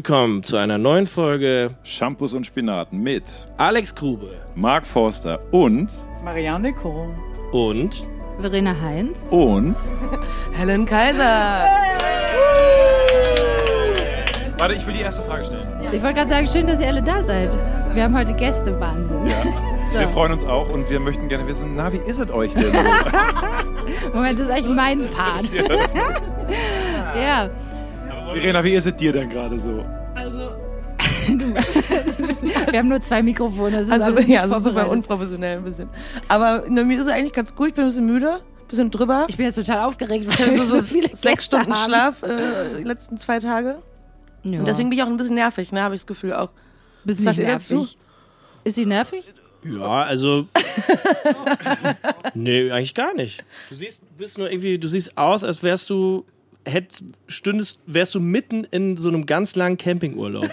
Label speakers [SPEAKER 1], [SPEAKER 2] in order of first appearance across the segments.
[SPEAKER 1] willkommen zu einer neuen Folge
[SPEAKER 2] Shampoos und Spinaten mit
[SPEAKER 1] Alex Grube
[SPEAKER 2] Mark Forster und
[SPEAKER 3] Marianne Kohl.
[SPEAKER 1] und
[SPEAKER 4] Verena Heinz.
[SPEAKER 2] und
[SPEAKER 3] Helen Kaiser.
[SPEAKER 2] Warte, ich will die erste Frage stellen.
[SPEAKER 4] Ich wollte gerade sagen, schön, dass ihr alle da seid. Wir haben heute Gäste, Wahnsinn.
[SPEAKER 2] Wir
[SPEAKER 4] So.
[SPEAKER 2] freuen uns auch und wir möchten gerne wissen, na, wie ist es euch denn so?
[SPEAKER 4] Moment, das ist eigentlich mein Part. Ja,
[SPEAKER 2] Irena, wie ist es dir denn gerade so?
[SPEAKER 4] wir haben nur zwei Mikrofone. Das ist
[SPEAKER 3] Also,
[SPEAKER 4] alles nicht
[SPEAKER 3] ja, also super
[SPEAKER 4] vorbereitet.
[SPEAKER 3] unprofessionell ein bisschen. Aber na, mir ist es eigentlich ganz gut. Ich bin ein bisschen müde, ein bisschen drüber.
[SPEAKER 4] Ich bin jetzt total aufgeregt,
[SPEAKER 3] Ich
[SPEAKER 4] weil
[SPEAKER 3] hatte
[SPEAKER 4] wir
[SPEAKER 3] nur
[SPEAKER 4] so viele Gäste
[SPEAKER 3] sechs Stunden
[SPEAKER 4] haben.
[SPEAKER 3] Schlaf äh, die letzten zwei Tage.
[SPEAKER 4] Ja.
[SPEAKER 3] Und deswegen bin ich auch ein bisschen nervig, ne? Habe ich das Gefühl auch.
[SPEAKER 4] bist du
[SPEAKER 3] Sagt
[SPEAKER 4] nicht
[SPEAKER 3] ihr dazu?
[SPEAKER 4] nervig. Ist sie nervig?
[SPEAKER 1] ja, also nee, eigentlich gar nicht. Du siehst du bist nur irgendwie, du siehst aus, als wärst du hättest stündest wärst du mitten in so einem ganz langen Campingurlaub.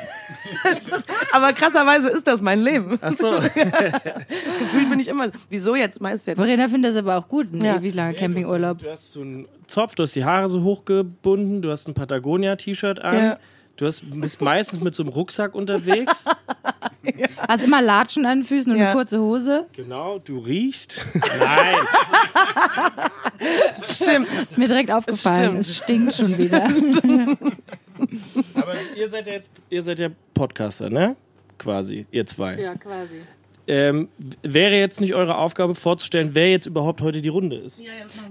[SPEAKER 3] Aber krasserweise ist das mein Leben.
[SPEAKER 1] Ach so.
[SPEAKER 3] Gefühlt bin ich immer. Wieso jetzt? Meist jetzt.
[SPEAKER 4] Verena findet das aber auch gut, ein
[SPEAKER 3] Ja.
[SPEAKER 4] ewig langer Campingurlaub.
[SPEAKER 1] Du hast so einen Zopf, du hast die Haare so hochgebunden, du hast ein Patagonia-T-Shirt an.
[SPEAKER 3] Ja.
[SPEAKER 1] Du hast, bist meistens mit so einem Rucksack unterwegs.
[SPEAKER 4] Hast Also immer Latschen an den Füßen und
[SPEAKER 3] Ja.
[SPEAKER 4] eine kurze Hose.
[SPEAKER 1] genau, du riechst. Nein.
[SPEAKER 3] Stimmt.
[SPEAKER 4] Ist mir direkt
[SPEAKER 3] stimmt.
[SPEAKER 4] aufgefallen. Es stinkt schon wieder.
[SPEAKER 1] Aber ihr seid ja jetzt, ihr seid ja Podcaster, ne? Quasi, ihr zwei.
[SPEAKER 4] quasi.
[SPEAKER 1] Ähm, w- wäre jetzt nicht eure Aufgabe vorzustellen, wer jetzt überhaupt heute die Runde ist?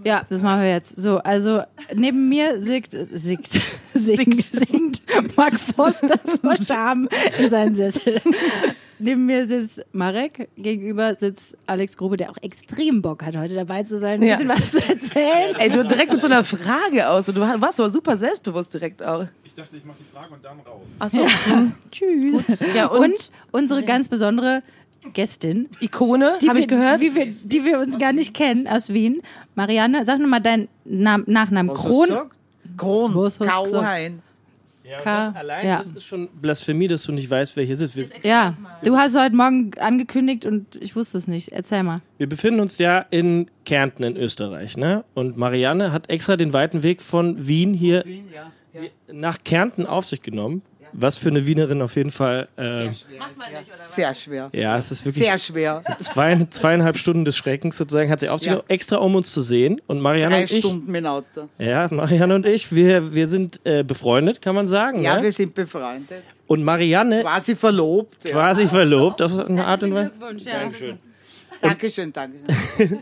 [SPEAKER 4] Ja, das machen wir jetzt. So, also neben mir singt, singt, singt, singt Mark Forster vor Scham in seinen Sessel. Neben mir sitzt Marek, gegenüber sitzt Alex Grube, der auch extrem Bock hat, heute dabei zu sein, ein
[SPEAKER 3] Ja.
[SPEAKER 4] bisschen was zu erzählen.
[SPEAKER 3] Ey, du direkt mit so einer Frage aus. Du warst aber super selbstbewusst direkt auch.
[SPEAKER 2] Ich dachte, ich mache die Frage und dann raus.
[SPEAKER 3] Ach so.
[SPEAKER 4] Tschüss.
[SPEAKER 3] Ja,
[SPEAKER 4] Und,
[SPEAKER 3] und,
[SPEAKER 4] unsere ganz besondere Gästin,
[SPEAKER 3] Ikone,
[SPEAKER 4] die
[SPEAKER 3] habe ich
[SPEAKER 4] wir-
[SPEAKER 3] gehört.
[SPEAKER 4] Die wir, die wir uns gar nicht kennen, aus Wien. Marianne, sag nochmal deinen Nam- Nachnamen. Kron.
[SPEAKER 3] Kron.
[SPEAKER 4] Großhustock.
[SPEAKER 3] Kauhain.
[SPEAKER 1] Ja,
[SPEAKER 4] und Ka- das allein, ja. das
[SPEAKER 1] ist schon Blasphemie, dass du nicht weißt, wer hier sitzt. Wir,
[SPEAKER 4] Ja, du hast heute Morgen angekündigt und ich wusste es nicht. Erzähl mal.
[SPEAKER 1] wir befinden uns ja in Kärnten in Österreich, ne? Und Marianne hat extra den weiten Weg von Wien hier nach Kärnten auf sich genommen. Was für eine Wienerin auf jeden Fall. ähm,
[SPEAKER 5] Sehr schwer.
[SPEAKER 1] ja, es ist wirklich
[SPEAKER 5] Sehr schwer.
[SPEAKER 1] zwei, zweieinhalb Stunden des Schreckens sozusagen, hat sie auf sich
[SPEAKER 5] Ja.
[SPEAKER 1] genommen, extra um uns zu sehen. Und Marianne
[SPEAKER 5] Drei
[SPEAKER 1] und ich.
[SPEAKER 5] Stunden mit dem Auto.
[SPEAKER 1] Ja, Marianne und ich, wir, wir sind äh, befreundet, kann man sagen.
[SPEAKER 5] Ja,
[SPEAKER 1] ne?
[SPEAKER 5] wir sind befreundet.
[SPEAKER 1] Und Marianne
[SPEAKER 5] Quasi verlobt. Ja.
[SPEAKER 1] quasi verlobt auf eine Art und Weise.
[SPEAKER 4] Glückwunsch, ja.
[SPEAKER 5] Dankeschön, Dankeschön.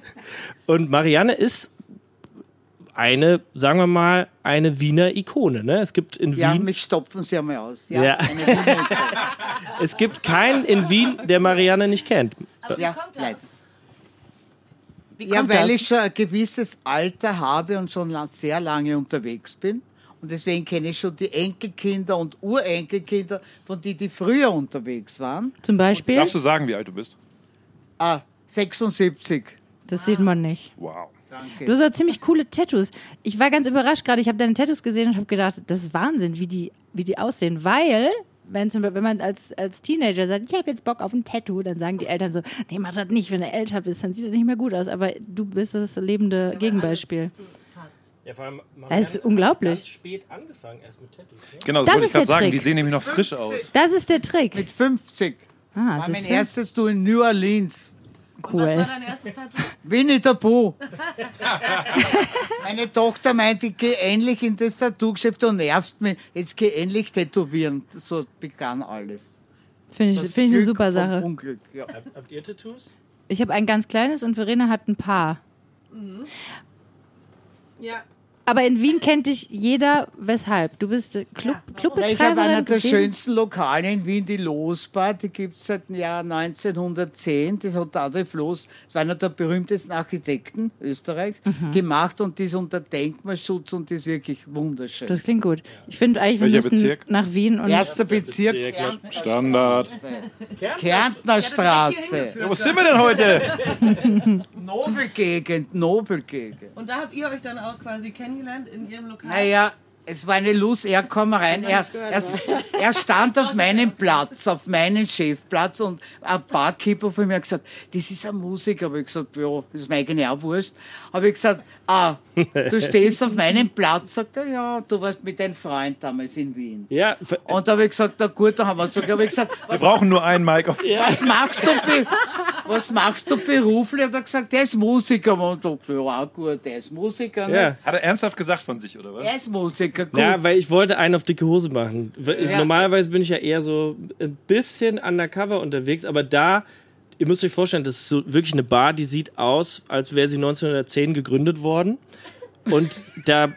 [SPEAKER 1] Und Marianne ist eine, sagen wir mal, eine Wiener Ikone. Ne? Es gibt in
[SPEAKER 5] Ja,
[SPEAKER 1] Wien,
[SPEAKER 5] mich stopfen Sie einmal aus.
[SPEAKER 1] Ja.
[SPEAKER 5] eine Wiener-
[SPEAKER 1] es gibt keinen in Wien, der Marianne nicht kennt.
[SPEAKER 5] ja, leid.
[SPEAKER 3] Wie
[SPEAKER 5] ja
[SPEAKER 3] kommt
[SPEAKER 5] weil
[SPEAKER 3] das?
[SPEAKER 5] ich schon ein gewisses Alter habe und schon la- sehr lange unterwegs bin. Und deswegen kenne ich schon die Enkelkinder und Urenkelkinder, von die, die früher unterwegs waren.
[SPEAKER 4] Zum Beispiel,
[SPEAKER 2] Darfst du sagen, wie alt du bist?
[SPEAKER 5] Ah, 76.
[SPEAKER 4] das sieht man nicht.
[SPEAKER 2] Wow.
[SPEAKER 5] Danke.
[SPEAKER 4] Du hast auch ziemlich coole Tattoos. Ich war ganz überrascht gerade. Ich habe deine Tattoos gesehen und habe gedacht, das ist Wahnsinn, wie die, wie die aussehen. Weil, wenn, zum, Beispiel- wenn man als, als Teenager sagt, ich habe jetzt Bock auf ein Tattoo, dann sagen die Eltern so, nee, mach das nicht, wenn du älter bist, dann sieht das nicht mehr gut aus. Aber du bist das lebende Gegenbeispiel. Das ist unglaublich. ganz
[SPEAKER 1] spät angefangen erst mit Tattoos. ne?
[SPEAKER 2] Genau, das,
[SPEAKER 4] Das
[SPEAKER 2] wollte ich
[SPEAKER 4] ist der
[SPEAKER 2] gerade sagen.
[SPEAKER 4] Trick.
[SPEAKER 2] Die sehen nämlich noch frisch aus.
[SPEAKER 4] Das ist der Trick.
[SPEAKER 5] Mit 50
[SPEAKER 4] Ah,
[SPEAKER 5] war
[SPEAKER 4] das
[SPEAKER 5] mein
[SPEAKER 4] ist ja
[SPEAKER 5] erstes Tour in New Orleans.
[SPEAKER 4] cool.
[SPEAKER 5] Winnie the Pooh. Meine Tochter meint, ich gehe endlich in das Tattoo-Geschäft und nervst mich. Jetzt geh endlich tätowieren. So begann alles.
[SPEAKER 4] Finde ich,
[SPEAKER 5] Das
[SPEAKER 4] finde ich eine
[SPEAKER 5] Glück
[SPEAKER 4] super
[SPEAKER 5] vom
[SPEAKER 4] Sache.
[SPEAKER 5] Unglück, ja.
[SPEAKER 1] Habt ihr Tattoos?
[SPEAKER 4] Ich habe ein ganz kleines und Verena hat ein paar.
[SPEAKER 3] Ja.
[SPEAKER 4] Aber in Wien kennt dich jeder, weshalb? Du bist Club,
[SPEAKER 5] Ich habe einer
[SPEAKER 4] Clubbetreiberin
[SPEAKER 5] der
[SPEAKER 4] gewesen?
[SPEAKER 5] schönsten Lokale in Wien, die Losbar. Die gibt es seit dem Jahr 1910. Das hat der Adolf Loos, das war einer der berühmtesten Architekten Österreichs,
[SPEAKER 4] Mhm.
[SPEAKER 5] gemacht und die ist unter Denkmalschutz und die ist wirklich wunderschön.
[SPEAKER 4] Das klingt gut. Ich finde eigentlich, wir
[SPEAKER 2] Welcher
[SPEAKER 4] müssen
[SPEAKER 2] Bezirk?
[SPEAKER 4] nach Wien und
[SPEAKER 5] Erster Bezirk,
[SPEAKER 1] Bezirk, ja.
[SPEAKER 5] Kärntner
[SPEAKER 2] Standard.
[SPEAKER 5] Straße. Kärntner Straße.
[SPEAKER 2] Ja, wo sind wir denn heute?
[SPEAKER 5] Nobelgegend, Nobelgegend.
[SPEAKER 3] Und da habt ihr euch dann auch quasi kennengelernt in ihrem Lokal.
[SPEAKER 5] Naja, Es war eine Lust, er kam rein, er, er, er stand auf meinem Platz, auf meinem Chefplatz und ein Barkeeper von mir hat gesagt, das ist ein Musiker. Habe ich gesagt, ja, das ist mir eigentlich auch wurscht. Habe ich gesagt, ah, du stehst auf meinem Platz. Sagt er, ja, du warst mit deinem Freund damals in Wien.
[SPEAKER 1] Ja, ver-
[SPEAKER 5] Und da habe ich gesagt, na gut, da haben wir es so. Habe ich gesagt,
[SPEAKER 2] Wir brauchen nur einen Mike. Auf
[SPEAKER 5] was machst du, be was machst du beruflich? Hat er gesagt, der ist Musiker. Und ich dachte, ja, auch gut, der ist Musiker. ne?
[SPEAKER 1] ja.
[SPEAKER 2] Hat er ernsthaft gesagt von sich, oder was?
[SPEAKER 5] Er ist Musiker, gut.
[SPEAKER 1] ja, weil ich wollte einen auf dicke Hose machen. Weil ich-
[SPEAKER 5] Ja.
[SPEAKER 1] Normalerweise bin ich ja eher so ein bisschen undercover unterwegs, aber da, ihr müsst euch vorstellen, das ist so wirklich eine Bar, die sieht aus, als wäre sie 1910 gegründet worden. Und da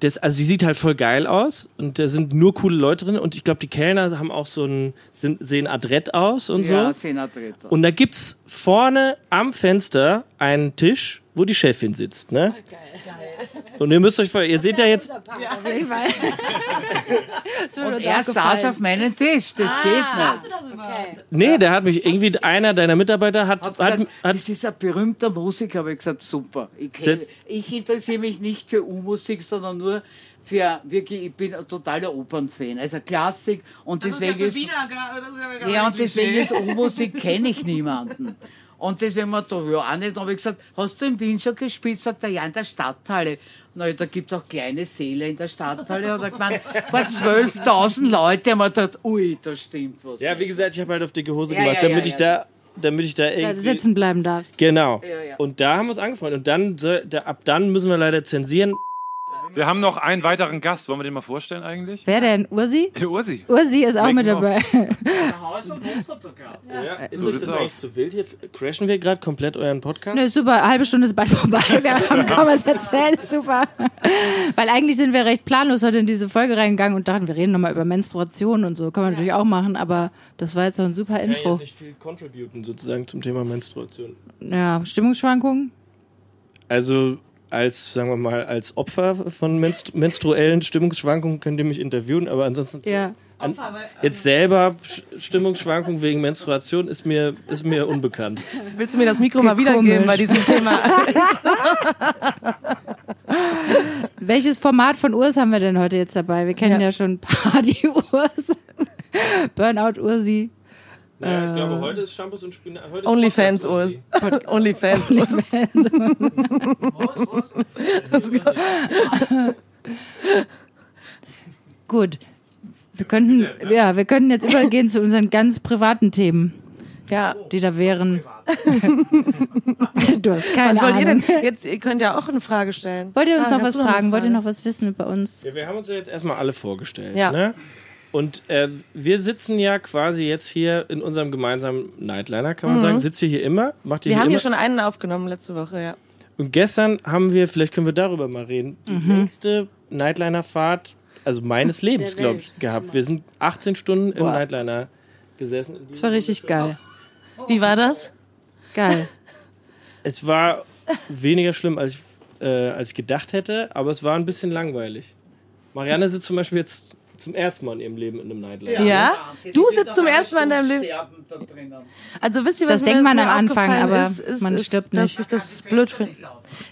[SPEAKER 1] das, also sie sieht halt voll geil aus und da sind nur coole Leute drin und ich glaube, die Kellner haben auch so ein, sind, sehen adrett aus und
[SPEAKER 5] Ja,
[SPEAKER 1] so.
[SPEAKER 5] Senator.
[SPEAKER 1] Und da gibt's vorne am Fenster einen Tisch, wo die Chefin sitzt, ne?
[SPEAKER 5] Oh,
[SPEAKER 1] Geil. Und ihr müsst euch vor, ihr seht ja jetzt,
[SPEAKER 4] Auf jeden Fall. Das würde uns
[SPEAKER 5] Er
[SPEAKER 4] auch
[SPEAKER 5] saß
[SPEAKER 4] gefallen.
[SPEAKER 5] auf meinem Tisch, das geht nicht.
[SPEAKER 1] nee, der hat mich irgendwie einer deiner Mitarbeiter hat,
[SPEAKER 5] Hat
[SPEAKER 1] hat,
[SPEAKER 5] gesagt,
[SPEAKER 1] hat,
[SPEAKER 5] das ist ein berühmter Musiker, habe ich gesagt, super. Ich, kenn,
[SPEAKER 1] Sitz-
[SPEAKER 5] ich interessiere mich nicht für U-Musik, sondern nur für wirklich, ich bin ein totaler Opernfan, also Klassik und
[SPEAKER 6] Also
[SPEAKER 5] deswegen ist, ja, und deswegen ist U-Musik kenne ich niemanden. Und deswegen hat er ja auch nicht, habe ich gesagt, hast du in Wien schon gespielt? Sagt er, ja, in der Stadthalle. Na ja, da gibt es auch kleine Seele in der Stadthalle. Hat er gemeint, vor 12.000 Leute haben wir gedacht, ui, da stimmt was.
[SPEAKER 1] ja, wie gesagt, ich habe halt auf dicke Hose
[SPEAKER 5] Ja,
[SPEAKER 1] gemacht,
[SPEAKER 5] ja, ja,
[SPEAKER 1] damit
[SPEAKER 5] ja.
[SPEAKER 1] ich da, damit ich da irgendwie.
[SPEAKER 4] Ja, sitzen bleiben darfst.
[SPEAKER 1] Genau.
[SPEAKER 5] Ja, ja.
[SPEAKER 1] Und da haben wir uns angefreundet. Und dann, soll- da, ab dann müssen wir leider zensieren.
[SPEAKER 2] Wir haben noch einen weiteren Gast. Wollen wir den mal vorstellen eigentlich?
[SPEAKER 4] Wer denn? Ursi?
[SPEAKER 2] Der Ursi.
[SPEAKER 4] Ursi ist auch
[SPEAKER 2] Making
[SPEAKER 4] mit dabei.
[SPEAKER 5] Der Haus- und Hoffotograf.
[SPEAKER 1] Ist
[SPEAKER 2] So
[SPEAKER 1] euch
[SPEAKER 2] sieht's
[SPEAKER 1] das eigentlich
[SPEAKER 2] aus.
[SPEAKER 1] zu wild? Hier crashen wir gerade komplett euren Podcast?
[SPEAKER 4] Nö, Ne, super, halbe Stunde ist bald vorbei. Wir haben kaum was erzählt, super. Weil eigentlich sind wir recht planlos heute in diese Folge reingegangen und dachten, wir reden nochmal über Menstruation und so. Kann man natürlich auch machen, aber das war jetzt so ein super
[SPEAKER 1] Ich kann ja
[SPEAKER 4] Intro.
[SPEAKER 1] jetzt nicht viel contributen sozusagen zum Thema Menstruation.
[SPEAKER 4] Ja, Stimmungsschwankungen?
[SPEAKER 1] Also als, sagen wir mal, als Opfer von menstru menstruellen Stimmungsschwankungen könnt ihr mich interviewen, aber ansonsten
[SPEAKER 4] Ja.
[SPEAKER 1] jetzt selber Sch- Stimmungsschwankungen wegen Menstruation ist mir, ist mir unbekannt.
[SPEAKER 6] Willst du mir das Mikro mal wiedergeben
[SPEAKER 4] Komisch.
[SPEAKER 6] bei diesem Thema?
[SPEAKER 4] Welches Format von Urs haben wir denn heute jetzt dabei? Wir kennen ja,
[SPEAKER 6] Ja.
[SPEAKER 4] schon Party-Urs, Burnout-Ursi.
[SPEAKER 1] Naja, ich glaube, heute ist Shampoos und Spinat. heute ist
[SPEAKER 6] Ähm, Onlyfans,
[SPEAKER 1] Podcast-
[SPEAKER 6] Urs. Onlyfans.
[SPEAKER 4] Gut. Wir könnten, ja, wir könnten jetzt übergehen zu unseren ganz privaten Themen,
[SPEAKER 6] Ja.
[SPEAKER 4] die da wären. du hast keine
[SPEAKER 6] Was wollt
[SPEAKER 4] Ahnung.
[SPEAKER 6] ihr denn? Jetzt, ihr könnt ja auch eine Frage stellen.
[SPEAKER 4] Wollt ihr uns
[SPEAKER 6] Ah,
[SPEAKER 4] noch
[SPEAKER 6] hast
[SPEAKER 4] was
[SPEAKER 6] du eine
[SPEAKER 4] fragen? Wollt ihr
[SPEAKER 6] Frage?
[SPEAKER 4] noch was wissen über uns?
[SPEAKER 1] Ja, wir haben uns ja jetzt erstmal alle vorgestellt.
[SPEAKER 6] Ja.
[SPEAKER 1] Ne? Und äh, wir sitzen ja quasi jetzt hier in unserem gemeinsamen Nightliner, kann man sagen. Sitzt ihr hier immer? Macht ihr
[SPEAKER 6] Mhm. Wir
[SPEAKER 1] hier
[SPEAKER 6] haben
[SPEAKER 1] immer?
[SPEAKER 6] hier schon einen aufgenommen letzte Woche, ja.
[SPEAKER 1] Und gestern haben wir, vielleicht können wir darüber mal reden, die
[SPEAKER 6] Mhm.
[SPEAKER 1] längste Nightliner-Fahrt, also meines Lebens,
[SPEAKER 4] Der Welt.
[SPEAKER 1] glaube ich, gehabt. Wir sind 18 Stunden im
[SPEAKER 6] Boah.
[SPEAKER 1] Nightliner gesessen.
[SPEAKER 4] Das war richtig geil. Oh.
[SPEAKER 6] Wie war das?
[SPEAKER 4] Geil.
[SPEAKER 1] Es war weniger schlimm, als ich, äh, als ich gedacht hätte, aber es war ein bisschen langweilig. Marianne sitzt zum Beispiel jetzt zum ersten Mal in ihrem Leben in einem Nightliner.
[SPEAKER 6] Ja? Du sitzt zum ersten Mal in deinem Leben.
[SPEAKER 5] Leben.
[SPEAKER 6] Also wisst ihr, was
[SPEAKER 4] Das denkt
[SPEAKER 6] mir, was
[SPEAKER 4] man
[SPEAKER 6] mir
[SPEAKER 4] am Anfang,
[SPEAKER 6] aufgefallen
[SPEAKER 4] aber
[SPEAKER 6] ist, ist,
[SPEAKER 4] man
[SPEAKER 6] ist,
[SPEAKER 4] stirbt
[SPEAKER 6] dass
[SPEAKER 4] nicht.
[SPEAKER 6] Ich das blöd finde.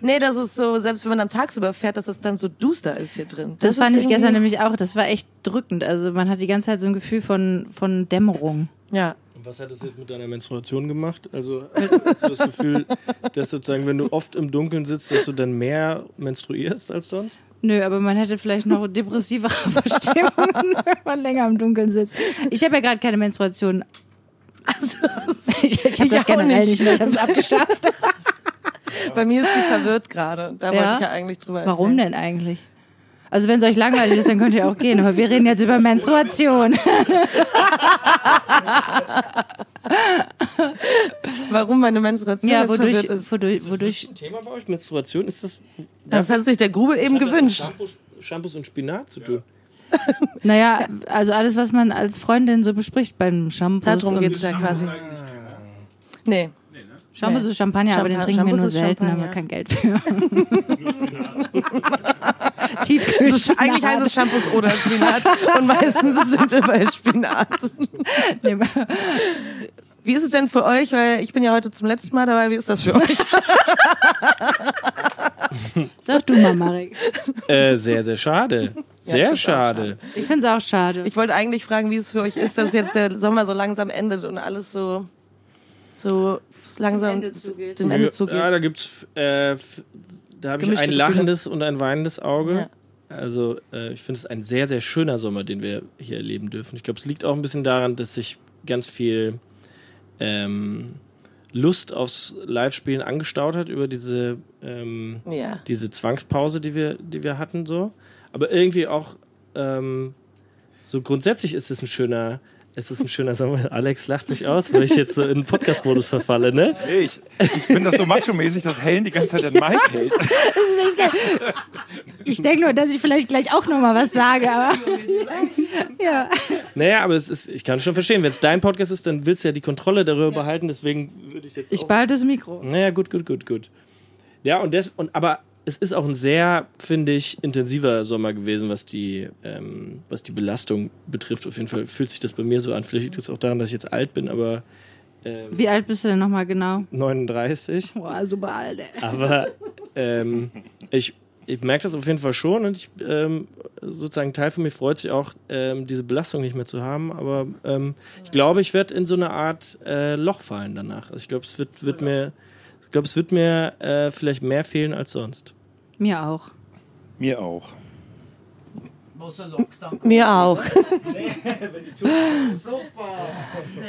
[SPEAKER 6] Nee, das ist so, selbst wenn man am tagsüber fährt, dass es dann so duster ist hier drin.
[SPEAKER 4] Das,
[SPEAKER 6] ist
[SPEAKER 4] fand ich
[SPEAKER 6] irgendwie-
[SPEAKER 4] gestern nämlich auch. Das war echt drückend. Also man hat die ganze Zeit so ein Gefühl von, von Dämmerung.
[SPEAKER 6] Ja.
[SPEAKER 1] Und was hat das jetzt mit deiner Menstruation gemacht? Also hast du das Gefühl, dass sozusagen, wenn du oft im Dunkeln sitzt, dass du dann mehr menstruierst als sonst?
[SPEAKER 4] Nö, aber man hätte vielleicht noch depressivere Verstimmungen, wenn man länger im Dunkeln sitzt. Ich habe ja gerade keine Menstruation. ich Also, ich habe
[SPEAKER 6] Ich
[SPEAKER 4] das
[SPEAKER 6] auch
[SPEAKER 4] generell nicht,
[SPEAKER 6] nicht.
[SPEAKER 4] mehr. Ich habe es abgeschafft.
[SPEAKER 6] Bei mir ist sie verwirrt gerade. Da
[SPEAKER 4] Ja?
[SPEAKER 6] wollte ich ja eigentlich drüber
[SPEAKER 4] Warum
[SPEAKER 6] erzählen.
[SPEAKER 4] denn eigentlich? Also wenn es euch langweilig ist, dann könnt ihr auch gehen. Aber wir reden jetzt über Menstruation.
[SPEAKER 6] Warum meine Menstruation
[SPEAKER 4] Ja,
[SPEAKER 6] jetzt
[SPEAKER 4] wodurch,
[SPEAKER 6] verwirrt ist.
[SPEAKER 4] wodurch, wodurch
[SPEAKER 1] Ein Thema bei euch? Menstruation? Ist das
[SPEAKER 6] Das hat sich der Grube eben gewünscht.
[SPEAKER 1] Shampoos, Shampoos und Spinat zu tun?
[SPEAKER 4] Naja, also alles, was man als Freundin so bespricht beim Shampoos.
[SPEAKER 6] Darum
[SPEAKER 4] und-
[SPEAKER 6] geht's ja quasi. Nee.
[SPEAKER 4] Shampoos ist Champagner, aber den
[SPEAKER 6] Champa-
[SPEAKER 4] trinken wir
[SPEAKER 6] Shampoos
[SPEAKER 4] nur
[SPEAKER 6] ist
[SPEAKER 4] selten, haben
[SPEAKER 6] Champagner.
[SPEAKER 4] wir kein Geld für.
[SPEAKER 6] Das ist, eigentlich heißt es
[SPEAKER 4] Tiefkühlspinat.
[SPEAKER 6] Shampoos oder Spinat. Und meistens sind wir bei Spinat. Wie ist es denn für euch? Weil ich bin ja heute zum letzten Mal dabei. Wie ist das für euch?
[SPEAKER 4] Sag du mal, Marek.
[SPEAKER 1] Äh, sehr, sehr schade. Sehr schade.
[SPEAKER 4] Ich finde es auch schade.
[SPEAKER 6] Ich wollte eigentlich fragen, wie es für euch ist, dass jetzt der Sommer so langsam endet und alles so, so langsam
[SPEAKER 4] Ende zugeht.
[SPEAKER 6] dem Ende
[SPEAKER 1] Ja, da
[SPEAKER 6] zugeht.
[SPEAKER 1] gibt's, äh, f- da habe ich
[SPEAKER 6] Gemischte
[SPEAKER 1] ein
[SPEAKER 6] Gefühle.
[SPEAKER 1] lachendes und ein weinendes Auge.
[SPEAKER 6] Ja.
[SPEAKER 1] Also äh, ich finde es ein sehr, sehr schöner Sommer, den wir hier erleben dürfen. Ich glaube, es liegt auch ein bisschen daran, dass ich ganz viel ähm, Lust aufs Live-Spielen angestaut hat über diese ähm,
[SPEAKER 6] Ja.
[SPEAKER 1] diese Zwangspause, die wir, die wir hatten, so. Aber irgendwie auch ähm, so grundsätzlich ist es ein schöner, ist es ein schöner Sommer. Alex lacht mich aus, weil ich jetzt so in Podcast-Modus verfalle, ne?
[SPEAKER 2] Ich, ich finde das so macho-mäßig, dass Helen die ganze Zeit den Mike hält.
[SPEAKER 4] Ich denke nur, dass ich vielleicht gleich auch nochmal was sage, aber. ja.
[SPEAKER 1] Naja, aber es ist, ich kann schon verstehen, wenn es dein Podcast ist, dann willst du ja die Kontrolle darüber behalten, deswegen würde ich jetzt
[SPEAKER 4] Ich
[SPEAKER 1] auch-
[SPEAKER 4] behalte das Mikro.
[SPEAKER 1] Naja, gut, gut, gut, gut. Ja, und das, und aber es ist auch ein sehr, finde ich, intensiver Sommer gewesen, was die, ähm, was die Belastung betrifft. Auf jeden Fall fühlt sich das bei mir so an. Vielleicht liegt es auch daran, dass ich jetzt alt bin, aber ähm,
[SPEAKER 4] Wie alt bist du denn nochmal genau?
[SPEAKER 1] 39.
[SPEAKER 4] Boah, super alt, ey.
[SPEAKER 1] Aber ähm, ich, ich merke das auf jeden Fall schon und ich ähm, sozusagen ein Teil von mir freut sich auch, ähm, diese Belastung nicht mehr zu haben. Aber ähm, ich glaube, ich werde in so eine Art äh, Loch fallen danach. Also ich glaube, es wird, wird mir, ich glaube, es wird mir äh, vielleicht mehr fehlen als sonst.
[SPEAKER 4] Mir auch.
[SPEAKER 2] Mir auch.
[SPEAKER 5] Muss ein Lockdown kommen.
[SPEAKER 6] Mir auch.
[SPEAKER 5] Super.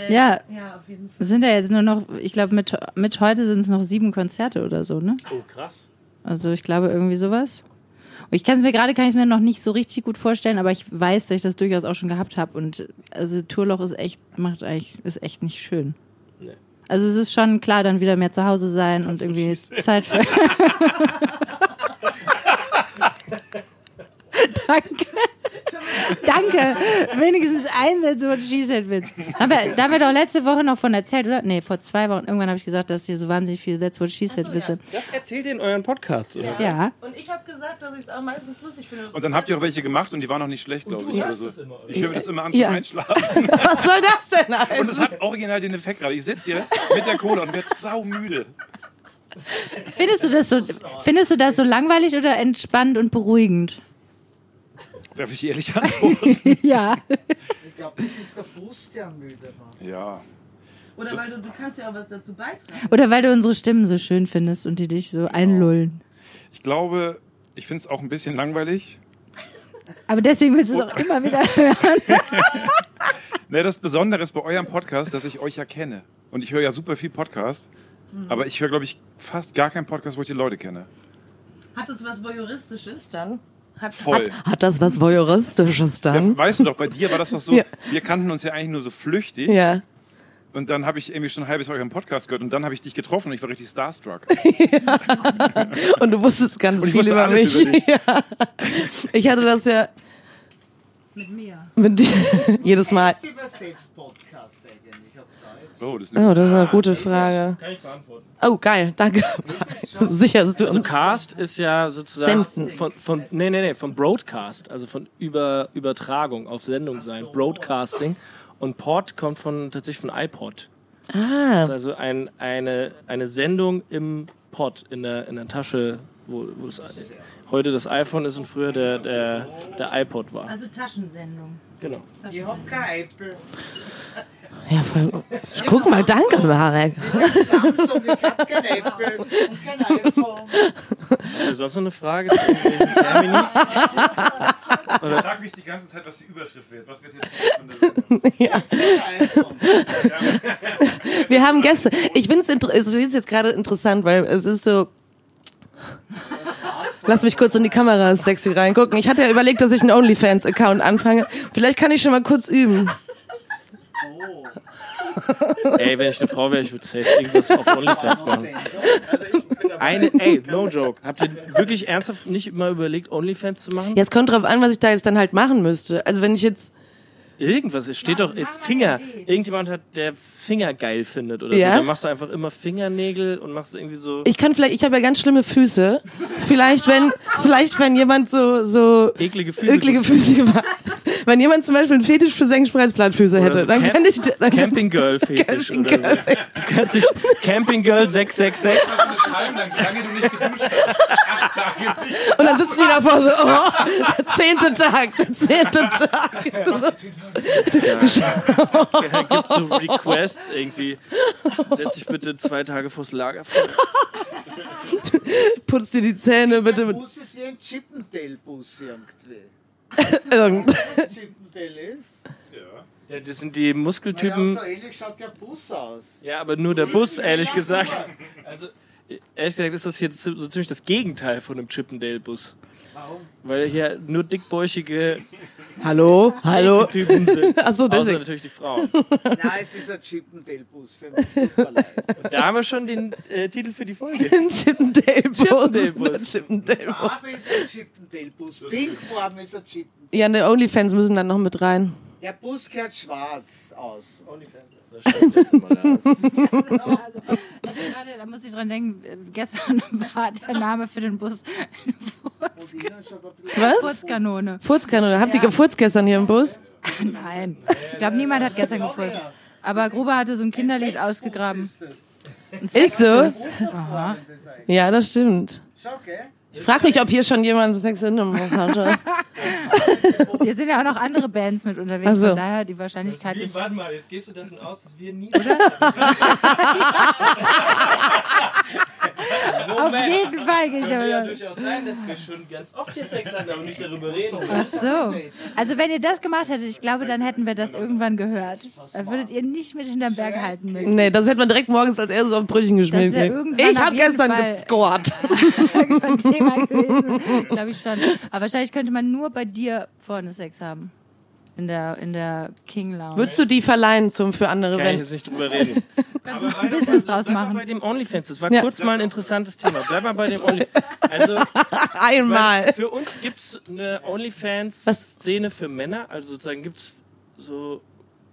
[SPEAKER 4] Ja,
[SPEAKER 6] Ja, auf jeden Fall.
[SPEAKER 4] sind ja jetzt nur noch, ich glaube, mit, mit heute sind es noch sieben Konzerte oder so, ne?
[SPEAKER 1] Oh, krass.
[SPEAKER 4] Also ich glaube irgendwie sowas. Und ich kann es mir gerade, kann ich es mir noch nicht so richtig gut vorstellen, aber ich weiß, dass ich das durchaus auch schon gehabt habe. Und also Tourloch ist echt, macht eigentlich, ist echt nicht schön.
[SPEAKER 1] Nee.
[SPEAKER 4] Also es ist schon klar, dann wieder mehr zu Hause sein und irgendwie Zeit für. Danke. Danke. Wenigstens ein Satz über She-Said-Witz. Da haben, wir, da haben wir doch letzte Woche noch von erzählt, oder? Nee, vor zwei Wochen. Irgendwann habe ich gesagt, dass hier so wahnsinnig viele That's What She-Said-Witze.
[SPEAKER 1] Das erzählt ihr in euren Podcast, oder?
[SPEAKER 4] ja. ja.
[SPEAKER 6] Und ich habe gesagt, dass ich es am meisten lustig finde.
[SPEAKER 2] Und dann habt ihr auch welche gemacht und die waren auch nicht schlecht, glaube ich. Oder so. Ich höre mir das immer an zum
[SPEAKER 6] Ja.
[SPEAKER 2] Einschlafen.
[SPEAKER 6] Was soll das denn
[SPEAKER 2] Und es
[SPEAKER 6] heißen?
[SPEAKER 2] hat original den Effekt gerade. Ich sitze hier mit der Cola und werde saumüde.
[SPEAKER 4] Findest du das so, findest du das so langweilig oder entspannt und beruhigend?
[SPEAKER 2] Darf ich ehrlich antworten?
[SPEAKER 4] Ja.
[SPEAKER 5] Ich glaube, das ist der Fuß, der müde macht.
[SPEAKER 2] Ja.
[SPEAKER 6] Oder weil du, du kannst ja auch was dazu beitragen.
[SPEAKER 4] Oder weil du unsere Stimmen so schön findest und die dich so einlullen.
[SPEAKER 2] Ich glaube, ich finde es auch ein bisschen langweilig.
[SPEAKER 4] Aber deswegen willst du es auch immer wieder hören.
[SPEAKER 2] Ne, das Besondere ist bei eurem Podcast, dass ich euch ja kenne. Und ich höre ja super viel Podcast.
[SPEAKER 6] Mhm.
[SPEAKER 2] Aber ich höre, glaube ich, fast gar keinen Podcast, wo ich die Leute kenne.
[SPEAKER 6] Hat es was Voyeuristisches dann? Hat,
[SPEAKER 2] Voll.
[SPEAKER 6] hat das was Voyeuristisches
[SPEAKER 2] Ja, weißt du doch, bei dir war das doch so,
[SPEAKER 6] Mhm. Ja.
[SPEAKER 2] wir kannten uns ja eigentlich nur so flüchtig.
[SPEAKER 6] Ja.
[SPEAKER 2] Und dann habe ich irgendwie schon ein halbes Jahr euren Podcast gehört und dann habe ich dich getroffen und ich war richtig starstruck.
[SPEAKER 6] Und du wusstest ganz
[SPEAKER 2] Und ich
[SPEAKER 6] viel
[SPEAKER 2] wusste
[SPEAKER 6] über
[SPEAKER 2] alles
[SPEAKER 6] mich.
[SPEAKER 2] über dich.
[SPEAKER 6] ja. Ich hatte das ja
[SPEAKER 4] Mit mir.
[SPEAKER 6] mit dir jedes Mal.
[SPEAKER 5] Ist übersetzt Podcast eigentlich auf Deutsch?
[SPEAKER 2] Oh, das ist
[SPEAKER 6] Oh,
[SPEAKER 2] eine
[SPEAKER 6] das ist eine gute Frage.
[SPEAKER 1] Kann ich beantworten.
[SPEAKER 6] Oh, geil, danke. Sicher, dass du
[SPEAKER 1] Also
[SPEAKER 6] uns.
[SPEAKER 1] Cast ist ja sozusagen
[SPEAKER 6] Senden.
[SPEAKER 1] von, von nee, nee, nee, von Broadcast, also von über, Übertragung auf Sendung sein, Broadcasting. Und Pod kommt von tatsächlich von iPod. Das ist
[SPEAKER 6] Ah,
[SPEAKER 1] also ein, eine, eine Sendung im Pod, in der, in der Tasche, wo, wo das, heute das iPhone ist und früher der, der, der iPod war.
[SPEAKER 4] Also Taschensendung.
[SPEAKER 1] Genau.
[SPEAKER 5] Ich habe kein Apple.
[SPEAKER 6] ja, voll. Guck mal, danke, Marek.
[SPEAKER 5] Samsung, ich habe kein Apple und kein iPhone.
[SPEAKER 1] Äh, Sonst noch eine Frage? zu irgendwelchen Termini?
[SPEAKER 2] Ich frage mich die ganze Zeit, was die Überschrift wird. Was wird jetzt von der Sendung?
[SPEAKER 5] Kein iPhone.
[SPEAKER 6] Wir haben Gäste. Ich finde es ist jetzt gerade interessant, weil es ist so. Lass mich kurz in die Kamera sexy reingucken. Ich hatte ja überlegt, dass ich einen OnlyFans-Account anfange. Vielleicht kann ich schon mal kurz üben.
[SPEAKER 1] Ey, wenn ich eine Frau wäre, ich würde safe irgendwas auf OnlyFans machen. Also Eine, ey, no joke. Habt ihr wirklich ernsthaft nicht mal überlegt, OnlyFans zu machen?
[SPEAKER 6] Ja, es kommt drauf an, was ich da jetzt dann halt machen müsste. Also wenn ich jetzt.
[SPEAKER 1] Irgendwas, es steht doch äh, Finger. Irgendjemand hat, der Finger geil findet oder
[SPEAKER 6] Ja?
[SPEAKER 1] so. Dann machst du einfach immer Fingernägel und machst irgendwie so.
[SPEAKER 6] Ich kann vielleicht, ich habe ja ganz schlimme Füße. Vielleicht wenn, vielleicht wenn jemand so so
[SPEAKER 1] Eklige Füße.
[SPEAKER 6] eklige Füße gemacht. Wenn jemand zum Beispiel einen Fetisch für Senkspreißblattfüße hätte,
[SPEAKER 1] so
[SPEAKER 6] dann
[SPEAKER 1] Camp-
[SPEAKER 6] kann ich. Dann kann,
[SPEAKER 1] Camping Girl Fetisch. Camping Girl. Oder so. Du kannst dich Camping Girl 666.
[SPEAKER 6] und dann sitzen die davor so, oh, der zehnte Tag, der zehnte Tag.
[SPEAKER 1] Da gibt's so Requests irgendwie. Setz dich bitte zwei Tage vors Lagerfeuer.
[SPEAKER 6] Putz dir die Zähne bitte
[SPEAKER 5] Der
[SPEAKER 6] mit.
[SPEAKER 5] Bus ist wie ein Chippendale-Bus irgendwie.
[SPEAKER 6] irgend-
[SPEAKER 5] Chippendale ist?
[SPEAKER 1] Ja, das sind die
[SPEAKER 5] Typen.
[SPEAKER 1] Muskeltypen.
[SPEAKER 5] Ja, so ähnlich schaut der Bus aus.
[SPEAKER 1] Ja, aber nur der Bus, ehrlich gesagt. Also, ehrlich gesagt ist das hier so ziemlich das Gegenteil von einem Chippendale-Bus. Warum? Weil hier nur dickbäuchige
[SPEAKER 6] Hallo, hallo.
[SPEAKER 1] Typen sind.
[SPEAKER 6] Ach so,
[SPEAKER 1] Außer
[SPEAKER 6] deswegen.
[SPEAKER 1] natürlich die Frauen.
[SPEAKER 5] Nein, es ist ein Chippendale-Bus für mich. Tut mir leid.
[SPEAKER 1] Da haben wir schon den äh, Titel für die Folge.
[SPEAKER 6] Ein Chippendale-Bus.
[SPEAKER 1] Chippendale-Bus.
[SPEAKER 6] Chippendale-Bus.
[SPEAKER 5] Farbe ist ein Chippendale-Bus. Pinkfarben ist ein Chippendale.
[SPEAKER 6] Ja, ne, Onlyfans müssen dann noch mit rein.
[SPEAKER 5] Der Bus gehört schwarz aus.
[SPEAKER 4] Gerade, da muss ich dran denken, äh, gestern war der Name für den Bus
[SPEAKER 6] Was?
[SPEAKER 4] Furzkanone.
[SPEAKER 6] Furzkanone. Habt ihr
[SPEAKER 4] Ja.
[SPEAKER 6] gefurzt gestern hier im Bus?
[SPEAKER 4] Nein, ich glaube, niemand hat gestern gefurzt. Aber Gruber hatte so ein Kinderlied ausgegraben.
[SPEAKER 6] Ist so?
[SPEAKER 4] Aha.
[SPEAKER 6] Ja, das stimmt.
[SPEAKER 5] Schau, gell?
[SPEAKER 6] Ich frag mich, ob hier schon jemand Sex in einem Bus hatte.
[SPEAKER 4] Hier sind ja auch noch andere Bands mit unterwegs,
[SPEAKER 6] Ach so.
[SPEAKER 4] von daher die Wahrscheinlichkeit ist...
[SPEAKER 1] Warte Also mal, jetzt gehst du davon aus, dass wir nie.
[SPEAKER 4] Auf jeden Fall gehe ich
[SPEAKER 1] Kann ja
[SPEAKER 4] davon aus.
[SPEAKER 1] durchaus sein, dass wir schon ganz oft hier Sex hatten, aber nicht darüber reden.
[SPEAKER 4] Ach so. Also wenn ihr das gemacht hättet, ich glaube, dann hätten wir das irgendwann gehört. Dann würdet ihr nicht mit hinterm Berg halten müssen.
[SPEAKER 6] Nee, das hätte man direkt morgens als erstes auf Brötchen geschmissen.
[SPEAKER 4] wär irgendwann
[SPEAKER 6] Ich
[SPEAKER 4] auf
[SPEAKER 6] hab
[SPEAKER 4] jeden
[SPEAKER 6] gestern
[SPEAKER 4] Fall-
[SPEAKER 6] gescored.
[SPEAKER 4] Irgendwann Thema gewesen, glaube ich schon. Aber wahrscheinlich könnte man nur bei dir vorne Sex haben. In der, in der King Lounge.
[SPEAKER 6] Würdest du die verleihen zum für andere
[SPEAKER 1] Kann ich jetzt
[SPEAKER 6] Bands?
[SPEAKER 1] nicht drüber reden.
[SPEAKER 4] Kannst du ein Business draus
[SPEAKER 1] Bleib mal
[SPEAKER 4] machen.
[SPEAKER 1] bei dem OnlyFans. Das war
[SPEAKER 6] Ja.
[SPEAKER 1] kurz mal ein interessantes Thema. Bleib mal bei dem OnlyFans. Also,
[SPEAKER 6] Einmal.
[SPEAKER 1] für uns gibt es eine
[SPEAKER 6] Was?
[SPEAKER 1] OnlyFans-Szene für Männer. Also, sozusagen gibt es so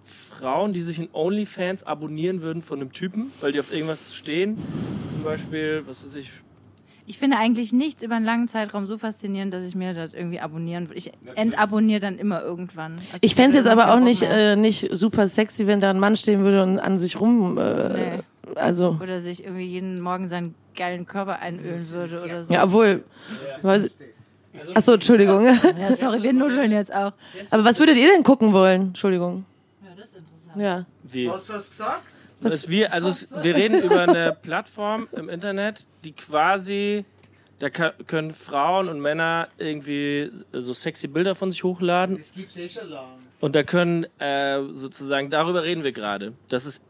[SPEAKER 1] Frauen, die sich in OnlyFans abonnieren würden von einem Typen, weil die auf irgendwas stehen. Zum Beispiel, was weiß ich.
[SPEAKER 4] Ich finde eigentlich nichts über einen langen Zeitraum so faszinierend, dass ich mir das irgendwie abonnieren würde. Ich entabonniere dann immer irgendwann. Also
[SPEAKER 6] Ich fänd's jetzt
[SPEAKER 4] hab
[SPEAKER 6] aber auch
[SPEAKER 4] keinen Bock
[SPEAKER 6] nicht,
[SPEAKER 4] mehr.
[SPEAKER 6] äh, nicht super sexy, wenn da ein Mann stehen würde und an sich rum. Äh,
[SPEAKER 4] Nee.
[SPEAKER 6] Also.
[SPEAKER 4] Oder sich irgendwie jeden Morgen seinen geilen Körper einölen würde oder so.
[SPEAKER 6] Ja, obwohl. Weiß ich- Ach so, Entschuldigung.
[SPEAKER 4] Ja, sorry, wir nuscheln jetzt auch.
[SPEAKER 6] Aber was würdet ihr denn gucken wollen? Entschuldigung.
[SPEAKER 4] Ja, das ist interessant.
[SPEAKER 6] Ja.
[SPEAKER 1] Wie?
[SPEAKER 5] Was hast du gesagt?
[SPEAKER 1] Dass wir, also es, wir reden über eine Plattform im Internet, die quasi, da ka- können Frauen und Männer irgendwie so sexy Bilder von sich hochladen
[SPEAKER 5] Das gibt's eh schon lange.
[SPEAKER 1] und da können äh, sozusagen, darüber reden wir gerade. Das ist,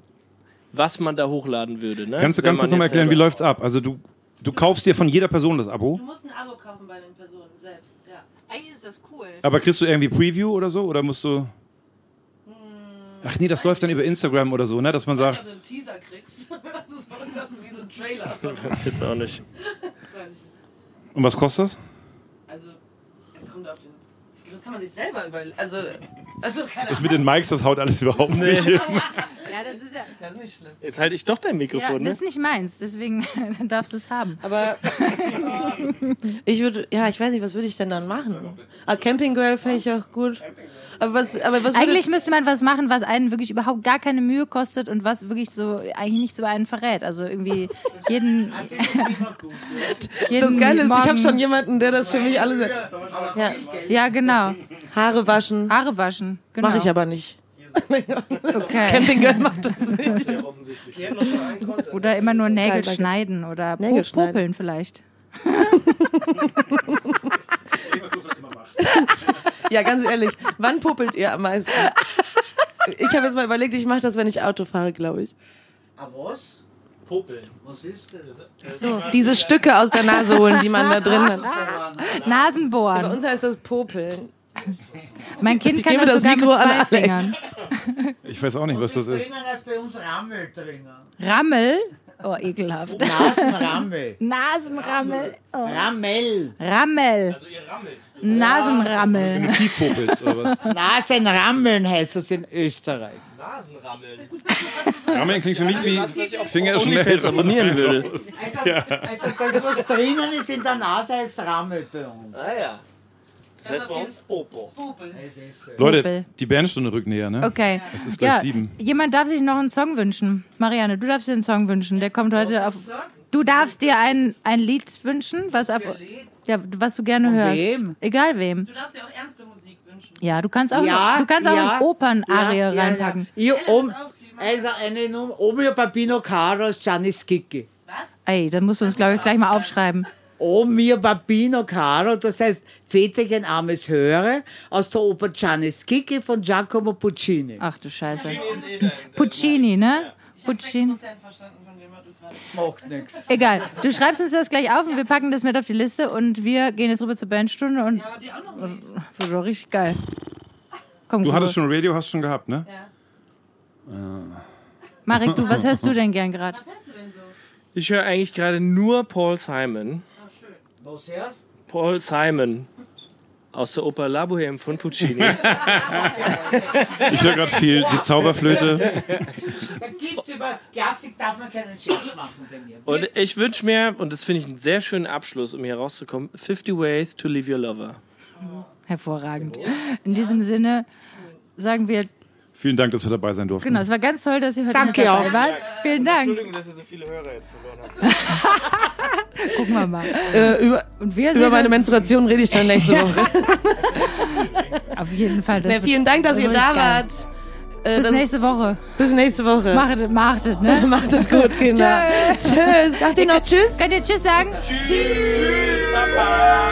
[SPEAKER 1] was man da hochladen würde. Ne?
[SPEAKER 7] Kannst du
[SPEAKER 1] Wenn
[SPEAKER 7] ganz
[SPEAKER 1] man
[SPEAKER 7] kurz nochmal
[SPEAKER 1] jetzt
[SPEAKER 7] erklären, wie
[SPEAKER 1] selber-
[SPEAKER 7] läuft's ab? Also du, du kaufst dir von jeder Person das Abo,
[SPEAKER 6] Du musst ein Abo kaufen bei den Personen selbst, ja.
[SPEAKER 4] Eigentlich ist das cool.
[SPEAKER 7] aber kriegst du irgendwie Preview oder so? Oder musst du.
[SPEAKER 1] Hm.
[SPEAKER 7] Ach nee, das läuft dann über Instagram oder so, ne? Dass man sagt,
[SPEAKER 6] du einen Teaser kriegst. Das ist wie so ein Trailer.
[SPEAKER 1] Weiß jetzt auch nicht.
[SPEAKER 7] und was kostet das?
[SPEAKER 6] Also, kommt auf den. Das kann man sich selber überlegen. Also, also keine
[SPEAKER 7] Das mit den Mikes, das haut alles überhaupt nicht.
[SPEAKER 4] Ja, das ist ja.
[SPEAKER 6] das ist nicht schlimm.
[SPEAKER 1] Jetzt halte ich doch dein
[SPEAKER 4] ja
[SPEAKER 1] Mikrofon,
[SPEAKER 4] das
[SPEAKER 1] ne?
[SPEAKER 4] ist nicht meins, deswegen dann darfst du es haben.
[SPEAKER 6] Aber ich würde, ja, ich weiß nicht, was würde ich denn dann machen? Ah, Camping Girl fände ich auch gut. Aber was, aber was
[SPEAKER 4] Also Eigentlich müsste man was machen, was einen wirklich überhaupt gar keine Mühe kostet und was wirklich so eigentlich nicht so einen verrät. Also irgendwie jeden.
[SPEAKER 6] würde,
[SPEAKER 4] jeden
[SPEAKER 6] das Geile ist, ich habe
[SPEAKER 4] Morgen-
[SPEAKER 6] schon jemanden, der das für mich alles. Ja,
[SPEAKER 4] Ja, genau.
[SPEAKER 6] Haare waschen.
[SPEAKER 4] Haare waschen. Genau.
[SPEAKER 6] Mache ich aber nicht.
[SPEAKER 4] Okay.
[SPEAKER 6] Camping Girl macht das nicht.
[SPEAKER 4] Oder immer nur Nägel
[SPEAKER 6] Geil, danke.
[SPEAKER 4] schneiden oder
[SPEAKER 6] Nägel
[SPEAKER 4] Nägel
[SPEAKER 6] schneiden.
[SPEAKER 4] popeln vielleicht.
[SPEAKER 6] Ja, ganz ehrlich, wann puppelt ihr am meisten? Ich habe jetzt mal überlegt, ich mache das, wenn ich Auto fahre, glaube ich.
[SPEAKER 5] Ah, was?
[SPEAKER 1] Popel.
[SPEAKER 5] Was ist das?
[SPEAKER 4] So.
[SPEAKER 6] Diese Stücke aus der Nase holen, die man da drin hat.
[SPEAKER 4] Ah.
[SPEAKER 6] Bei
[SPEAKER 4] Nasenbohren.
[SPEAKER 6] uns heißt das Popeln.
[SPEAKER 4] Mein Kind kann
[SPEAKER 6] gebe das
[SPEAKER 4] das sogar
[SPEAKER 6] Mikro
[SPEAKER 4] mit
[SPEAKER 6] an
[SPEAKER 4] zwei
[SPEAKER 6] Alex.
[SPEAKER 4] Fingern.
[SPEAKER 7] Ich weiß auch nicht, was das ist.
[SPEAKER 5] drinnen als bei uns Rammel drinnen.
[SPEAKER 4] Rammel. Oh, ekelhaft.
[SPEAKER 5] Nasenrammel.
[SPEAKER 4] Nasenrammel. Oh.
[SPEAKER 5] Rammel.
[SPEAKER 4] Rammel.
[SPEAKER 1] Also ihr rammelt.
[SPEAKER 4] Nasenrammel.
[SPEAKER 7] Wenn du tief popelst oder was?
[SPEAKER 5] Nasenrammeln heißt das in Österreich.
[SPEAKER 1] Nasenrammeln.
[SPEAKER 7] Ramen klingt für mich wie Finger schnell.
[SPEAKER 1] Onlyfans abonnieren würde.
[SPEAKER 5] Also, also das, was drinnen ist in der Nase, heißt Rammel bei uns.
[SPEAKER 1] Ah ja. Das heißt bei uns Popo.
[SPEAKER 7] Leute,
[SPEAKER 4] Popel.
[SPEAKER 7] die Bernstunde rückt näher, ne?
[SPEAKER 4] Okay.
[SPEAKER 7] Es ist gleich sieben.
[SPEAKER 4] Jemand darf sich noch einen Song wünschen. Marianne, du darfst dir einen Song wünschen. Der kommt heute auf. Du darfst dir ein, ein Lied wünschen, was auf. Ja, was du gerne hörst.
[SPEAKER 5] wem?
[SPEAKER 4] Egal wem.
[SPEAKER 6] Du darfst dir auch ernste Musik wünschen.
[SPEAKER 4] Ja, du kannst auch,
[SPEAKER 5] Ja,
[SPEAKER 4] du kannst auch
[SPEAKER 5] ja,
[SPEAKER 4] eine Opernarie
[SPEAKER 5] ja, ja,
[SPEAKER 4] reinpacken.
[SPEAKER 5] Ja. Ich, um,
[SPEAKER 6] auf, die machen-
[SPEAKER 5] also eine Nummer, Omio Papino Caros Giannis Kicki.
[SPEAKER 4] Ey, dann musst du uns, glaube ich, gleich mal aufschreiben.
[SPEAKER 5] Omio Um Papino Caro, das heißt Väterchen armes Höre, aus der Oper Giannis Kicki von Giacomo Puccini.
[SPEAKER 4] Ach du Scheiße.
[SPEAKER 6] eh
[SPEAKER 4] Puccini, ne? Puccini.
[SPEAKER 5] Macht nichts.
[SPEAKER 4] Egal. Du schreibst uns das gleich auf und wir packen das mit auf die Liste und wir gehen jetzt rüber zur Bandstunde und. Wird doch richtig geil. Komm,
[SPEAKER 7] Du
[SPEAKER 4] Kuro.
[SPEAKER 7] hattest schon Radio, hast schon gehabt, ne?
[SPEAKER 4] Marek, du, was hörst du denn gern gerade?
[SPEAKER 1] Ich höre eigentlich gerade nur Paul Simon.
[SPEAKER 5] Was erst?
[SPEAKER 1] Paul Simon aus der Oper La Bohème von Puccini.
[SPEAKER 7] Ich höre gerade viel die Zauberflöte.
[SPEAKER 5] Da gibt's über Klassik darf man keinen Scherz machen bei mir.
[SPEAKER 1] Und ich wünsche mir, und das finde ich einen sehr schönen Abschluss, um hier rauszukommen, 50 Ways to Leave Your Lover.
[SPEAKER 4] Hervorragend. In diesem Sinne sagen wir,
[SPEAKER 7] Vielen Dank, dass wir dabei sein durften.
[SPEAKER 4] genau, es war ganz toll, dass ihr heute
[SPEAKER 5] Danke
[SPEAKER 4] mit dabei
[SPEAKER 5] auch.
[SPEAKER 4] wart. Vielen Dank.
[SPEAKER 1] dass ihr so viele Hörer jetzt verloren habt.
[SPEAKER 4] Gucken wir mal.
[SPEAKER 6] Äh, über,
[SPEAKER 4] Und wir
[SPEAKER 6] über
[SPEAKER 4] sehen
[SPEAKER 6] meine
[SPEAKER 4] uns
[SPEAKER 6] Menstruation rede ich dann nächste Woche.
[SPEAKER 4] auf jeden Fall. Das
[SPEAKER 6] Ja,
[SPEAKER 4] wird
[SPEAKER 6] vielen Dank, dass ihr
[SPEAKER 4] wirklich
[SPEAKER 6] da
[SPEAKER 4] geil.
[SPEAKER 6] wart. Äh,
[SPEAKER 4] Bis
[SPEAKER 6] das-
[SPEAKER 4] nächste Woche.
[SPEAKER 6] bis nächste Woche.
[SPEAKER 4] Macht es, macht es, ne?
[SPEAKER 6] Macht es gut, Kinder. Tschüss. Sagt ihr noch Tschüss?
[SPEAKER 4] Könnt ihr Tschüss sagen?
[SPEAKER 1] Tschüss, Baba!